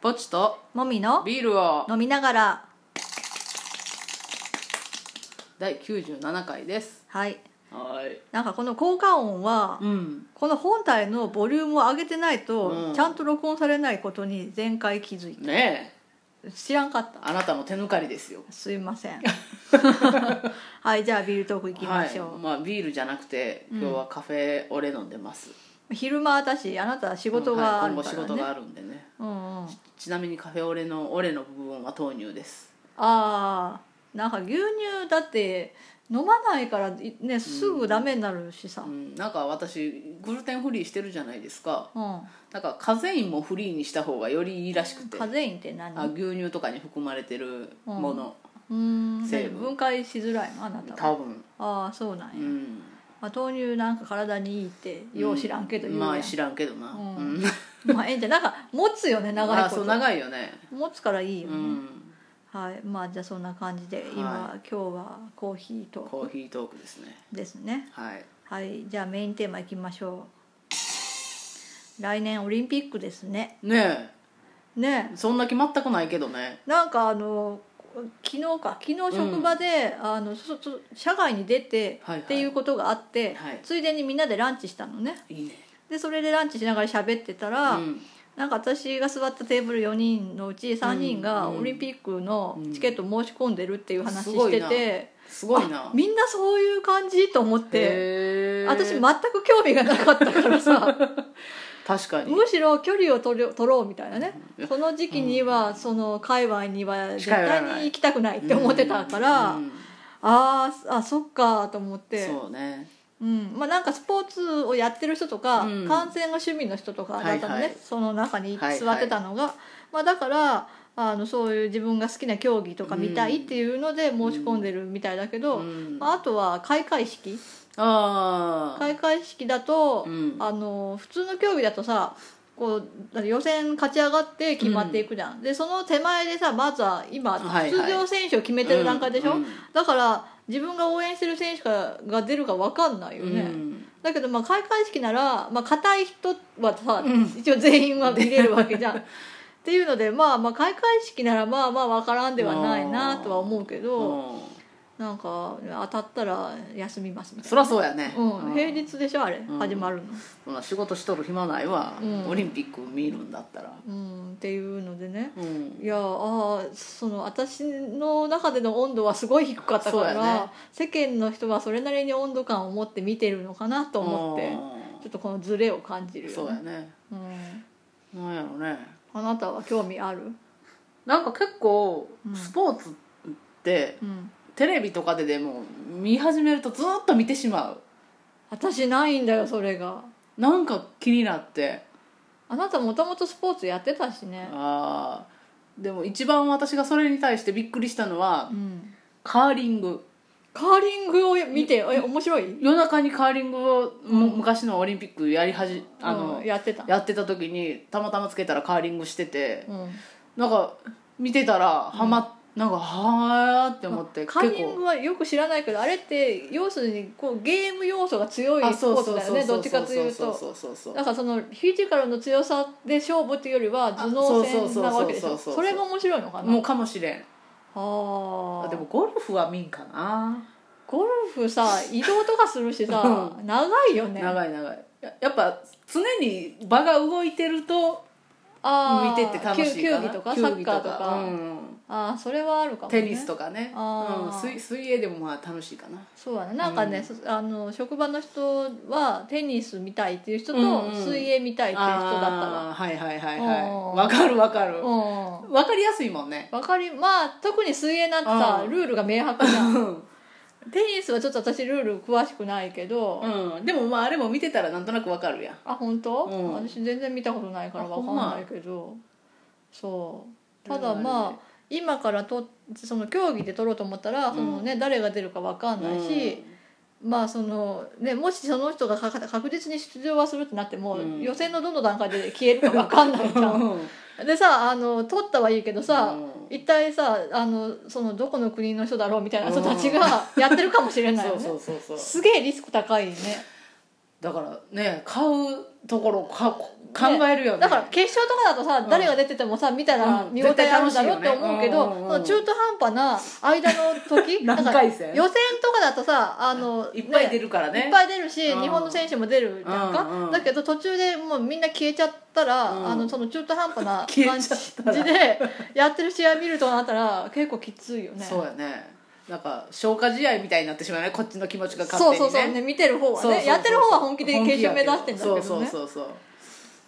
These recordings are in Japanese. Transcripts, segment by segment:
ぼっちともみのビールを飲みながら第97回ですはいはいなんかこの効果音は、うんこの本体のボリュームを上げてないと、うんちゃんと録音されないことに前回気づいねえた知らんかったあなたの手抜かりですよすいませ んはいじゃあビールトークいきましょう、はいまあ、ビールじゃなくて今日はカフェオレ飲んでます、昼間私あなた仕事があうんるはい今後仕から事ね、があるんでねうんうんあちなみにカフェオレのオレの部分は豆乳ですあーなんか牛乳だって飲まないからいねすぐダメになるしさう、ん、なんか私グルテンフリーしてるじゃないですかうんなんかカゼインもフリーにした方がよりいいらしくてカゼインってあ何う牛乳とかに含まれてるもの、ーん成分分解しづらいのあなたは多分ああそうなんやう、んまあ、豆乳なんか体にいいってよう知らんけど言うやん、ままあ知らんけどな、うんうんあ、ええんじゃんなんか持つよね長い あこそうと長いよね持つからいいようね、んはいまあじゃあそんな感じで今、は今日はコーヒーとコーヒートークですねですねはいはいじゃあメインテーマいきましょう来年オリンピックですねねねえそんな気全くないけどねなんかあの昨日か昨日職場で、あのそそ社外に出てはいはいっていうことがあって、はいついでにみんなでランチしたのねいいねでそれでランチしながら喋ってたうら、んなんか私が座ったテーブル4人のうち3人がうんオリンピックのチケット申し込んでるっていう話してうんすごて、すごいなあみんなそういう感じと思ってへえ私全く興味がなかったか らさ確かにむしろ距離を取ろ取ろうみたいなねその時期には、その界隈には絶近寄ら対ないに行きたくないって思ってたから、うんうんあーあそっかと思ってそうねうんまあ、なんかスポーツをやってる人とか、うん観戦が趣味の人とかだったのね、はいはいその中にはいはい座ってたのが、まあ、だからあのそういう自分が好きな競技とか見たいっていうので申し込んでるみたいだけど、うんまあ、あとは開会式ああ開会式だと、うんあの普通の競技だとさこう予選勝ち上がって決まっていくじゃん、でその手前でさまずは今はいはい出場選手を決めてる段階でしょ、うんうんだから自分が応援してる選手がが出るか分かんないよね、うんだけどまあ開会式なら、まあ、硬い人はさ、うん一応全員は見れるわけじ ゃん。っていうので、まあ、まあ開会式ならまあまあ分からんではないなとは思うけどうんなんか当たったら休みますみたいそりゃそうやね、な、うん、平日日でしょあれ、うん始まるの、そんな仕事しとる暇ないわ、うんオリンピック見るんだったらうん、っていうのでねうんいやああその私の中での温度はすごい低かったそうから、やね世間の人はそれなりに温度感を持って見てるのかなと思ってちょっとこのズレを感じうんるそようやね。ねうんなんやろねあなたは興味ある、なんか結構うんスポーツってうん、テレビとかででも見始めるとずっと見てしま私ないんだよそれがうなんか気になってあなたもともとスポーツやってたしねあーでも一番私がそれに対してびっくりしたのはうんカーリングカーリングを見てえ面白い夜中にカーリングをむ昔のオリンピックやりはじあの、うんやってたやってた時にたまたまつけたらカーリングしててうん、なんか見てたらはま、なんかはーって思ってカーリングはよく知らないけどあれって要するにこうゲーム要素が強いあスそポうーツそうだそようねそどうっちそかうというそうとそうそうそうなんかそのフィジカルの強さで勝負っていうよりは頭脳あそうそうそうそ戦うなわけでしそょうそうそうそれが面白いのかなもうかもしれんあああでもゴルフは見んかな、ゴルフさ移動とかするしさ長いよね長い長いややっぱ常に場が動いてるとあ見ーてて楽しいかな球球技とか球サッ技カーとか、うんああそれはあるかも、ね、テニスとかねうん、あー水水泳でもまあ楽しいかなそうだねなんかね、うんそあの職場の人はテニス見たいっていう人と、うんうん水泳見たいっていう人だったわあーはいはいはいうんはいわかるわかるうんわかりやすいもんねわかりまあ特に水泳なんてさうんルールが明白じゃんうテニスはちょっと私ルール詳しくないけど、んでもまああれも見てたらなんとなくわかるやんあ本当、うん私全然見たことないからわかんないけどそうただうまんあ今からとその競技で取ろうと思ったらその、ね誰が出るかわかんないし、まあそのね、もしその人がかか確実に出場はするってなっても、うん予選のどの段階で消えるか分かんないじうゃん んでさあの取ったはいいけどさ、うん一体さあのそのどこの国の人だろうみたいな人たちが やってるかもしれないそようね、そうそうそうすげえリスク高いねだからね買うところをか考えるよねだから決勝とかだとさ、うん誰が出ててもさ見たらうん見応えあるだろうって思う絶対楽しいけど、よねうんうんうんその中途半端な間の 時何回戦だから予選とかだとさあのいっぱい出るるからいねっぱい出るし、うん日本の選手も出るじゃんか、うんうんだけど途中でもうみんな消えちゃったら、うんあのその中途半端な 消感えじちゃったらでやってる試合見るとなったら結構きついよねそうやねなんか消化試合みたいになってしまうねこっちの気持ちが勝手そにうねそうそうね見てる方はねそうそうそうやってる方は本気で決勝目指してんだけどねそうそうそうそう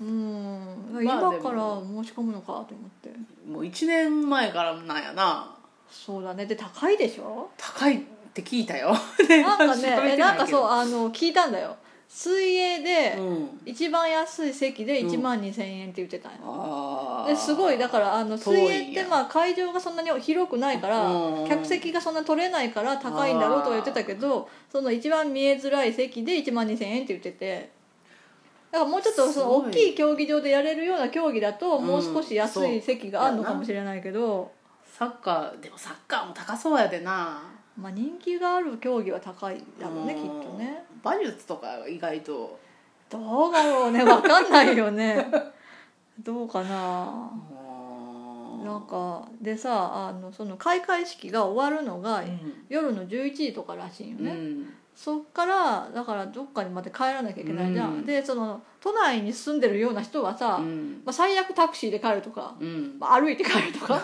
うーんまあ今でもから申し込むのかと思ってもう1年前からなんやなそうだねで高いでしょ高いって聞いたよなんかね調べえてないけんかどそうあの聞いたんだよ水泳でうん一番安い席でうん1万2000円って言ってたんよああですごいだからあの遠水いんや泳ってまあ会場がそんなに広くないからうん客席がそんな取れないから高いんだろうとは言ってたけどその一番見えづらい席で1万2000円って言っててだからもうちょっとその大きい競技場でやれるような競技だともう少し安い席があるのかもしれないけど、サッカーでもサッカーも高そうやでなまあ、人気がある競技は高いだろうねうきっんとね馬術とか意外とどうだろうね分かんないよね どうかなななんかでさあのその開会式が終わるのが夜の11時とからしいようね、んそっからだからどっかにまた帰らなきゃいけないじゃん、うんでその都内に住んでるような人はさ、うまんあ、最悪タクシーで帰るとか、うんまあ、歩いて帰る とか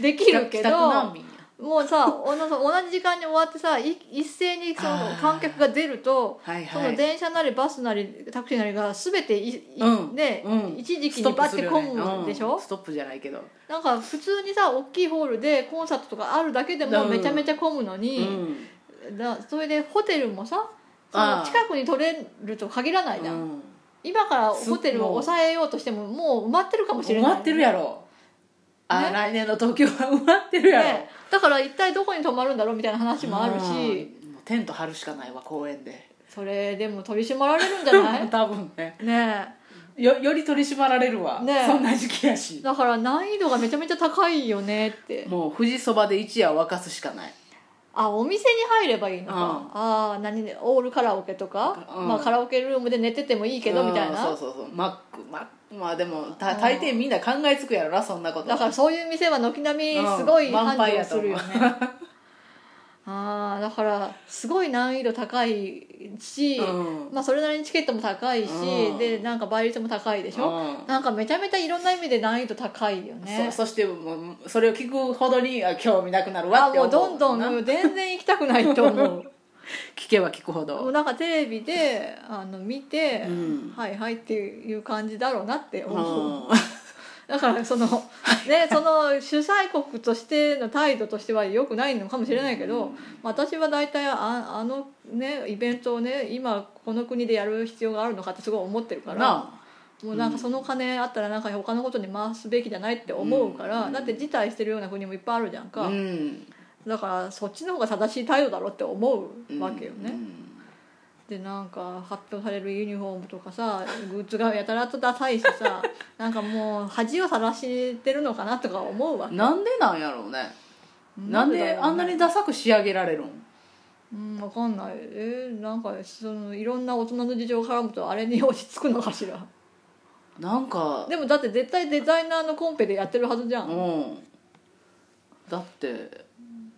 できるけ帰宅難ど民やもうさおの同じ時間に終わってさい一斉にそのあー観客が出ると。はいそはのい電車なりバスなりタクシーなりが全てい、いうんねうん一時期ストにバップッするてよ混ねむでしょ、うんストップじゃないけどなんか普通にさ大きいホールでコンサートとかあるだけでもうんめちゃめちゃ混むのうに、んだそれでホテルもさそあのあ近くに取れると限らないじゃん、うん今からホテルを抑えようとしてももう埋まってるかもしれない埋まってるやろあね来年の東京は埋まってるやろねだから一体どこに泊まるんだろうみたいな話もあるしうんもうテント張るしかないわ公園でそれでも取り締まられるんじゃな い多分ねねよより取り締まられるわねえそんな時期やえしだから難易度がめちゃめちゃ高いよねってもう富士そばで一夜を沸かすしかないあお店に入ればいいのか、うんああ何でオールカラオケとか、うんまあ、カラオケルームで寝ててもいいけどみたいな、うんそうそうそうマックマックまあでもたうん大抵みんな考えつくやろなそんなことだからそういう店は軒並みすごい繁盛するよね、 ああだからすごい難易度高いし、うんまあ、それなりにチケットも高いし、うんでなんか倍率も高いでしょ、うんなんかめちゃめちゃいろんな意味で難易度高いよねそそしてもうそれを聞くほどにあ興味なくなるわあって思もううどんどんなも聞う全然行きたくないと 思うけば聞くほもうどなんかテレビであの見て、うんはいはいっていう感じだろうなってう思う、んだからそのねその主催国としての態度としては良くないのかもしれないけど、まあ私は大体ああのねイベントをね今この国でやる必要があるのかってすごい思ってるからなもうなんかその金あったらなんか他のことに回すべきじゃないって思うから、うんだって辞退してるような国もいっぱいあるじゃあんか、うんだからそっちの方が正しい態度だろうって思うわけよね。うんでなんか発表されるユニフォームとかさグッズがやたらとダサいしさ なんかもう恥をさらしてるのかなとか思うわなんでなんやろうねなんだろうでねあんなにダサく仕上げられるんうんわかんないえーなんかそのいろんな大人の事情が絡むとあれに落ち着くのかしらなんかでもだって絶対デザイナーのコンペでやってるはずじゃん、うんだって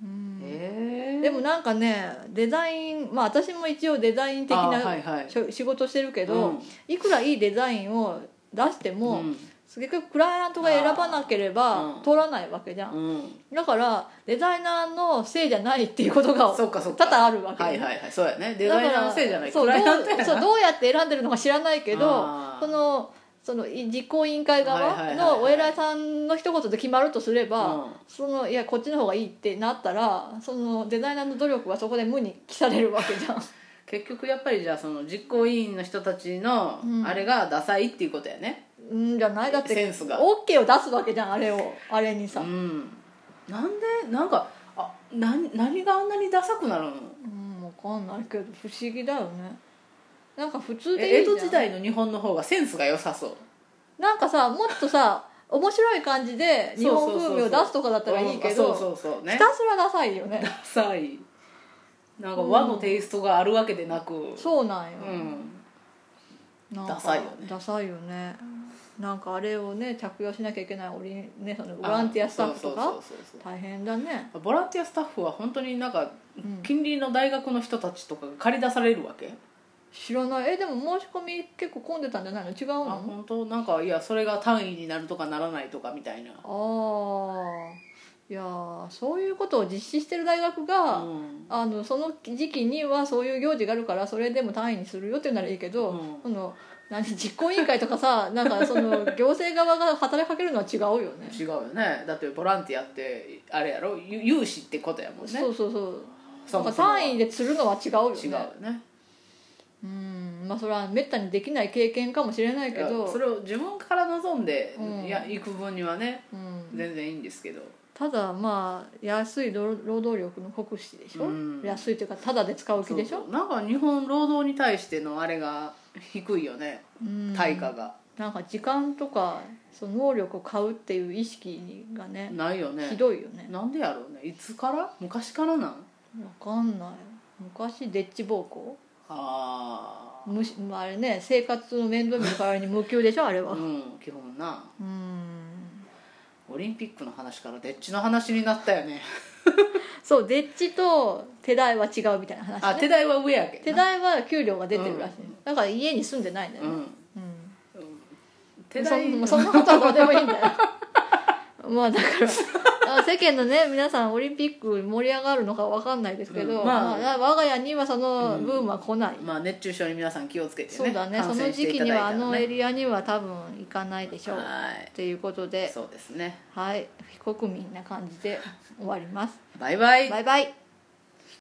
うんええでもなんかねデザインまあ私も一応デザイン的あなはいはいしょ仕事してるけけど、いくらいいデザインを出しても、うん結局クライアントが選ばなけれあばー通らないわけじゃんうんだからデザイナーのせいじゃないっていうことがそっかそっ多か々あるわけはいいはいはいそうやねデザイナーのせいじゃないそうクどライうアントやなそうどうやって選んでるのか知らないけどあーそのそのい実行委員会はいは側いはいはのいお偉いさんの一言で決まるとすれば、うんそのいやこっちの方がいいってなったらそのデザイナーの努力はそこで無に帰されるわけじゃん 結局やっぱりじゃあその実行委員の人たちのうんあれがダサいっていうことやねうんじゃないだってセンスが OK を出すわけじゃんあれをあれにうさ、うんんなんでなんかあな何があんなにダサくなるの分かんないけど不思議だよねなんか普通でえいい江じゃん戸時代の日本の方がセンスが良さそうなんかさもっとさ面白い感じで日本風味を出すとかだったらいいけうんあそどうそうそうねひたすらダサいよねダサいなんか和のテイストがあるわけでなく、うん、そうなんよ、なんかダサいよねダサいよねなんかあれをね着用しなきゃいけないおり、ね、そのボランティアスタッフとあかそうそうそうそ大変だねうボランティアスタッフは本当になんかうん近隣の大学の人たちとかが借り出されるわけ、知らないえでも申し込み結構混んでたんじゃないの違うあの本当なんかいやそれが単位になるとかならないとかみたいなああーいやーそういうことを実施してる大学が、うんあのその時期にはそういう行事があるからそれでも単位にするよっていうならいいけど、うんその何実行委員会とかさ なんかその行政側が働きかけるのは違うよね違うよねだってボランティアってあれやろゆ有志ってことやもんねそうそうそうそなんもかそもは単位で釣るのは違うよね違うよねうんまあそれはめったにできない経験かもしれないけいどやそれを自分から望んで、うんいや行く分にはねうん、全然いいんですけど、ただまあ安い労労働力の酷使でしょ、うん安いというかただで使う気でしょそうそうなんか日本労働に対してのあれが 低いよねうん対価が、なんか時間とかその能力を買うっていう意識がねないよねひどいよねなんでやろうねいつから昔からなんわかんない昔でっち奉公ああむしまああれね生活の面倒見る代わりに無給でしょあれはうん基本なうんオリンピックの話からでっちの話になったよねそうでっちと手代は違うみたいなあ話、ね、手代は上やけど手代は給料が出てるらしい、だから家に住んでないんだようね、んうん手そ代んそんなことはどうでもいいんだよ まあだからあ世間のね皆さんオリンピック盛り上がるのかわかんないですけど、うんままああ我が家にはそのブームは来ない、まあ熱中症に皆さん気をつけてねそうだねそ感の染して時い期ただにいたはらあねのエリアには多分行かないでしょうはいということでそうですねはい非国民な感じで終わりますバイバイバイバイ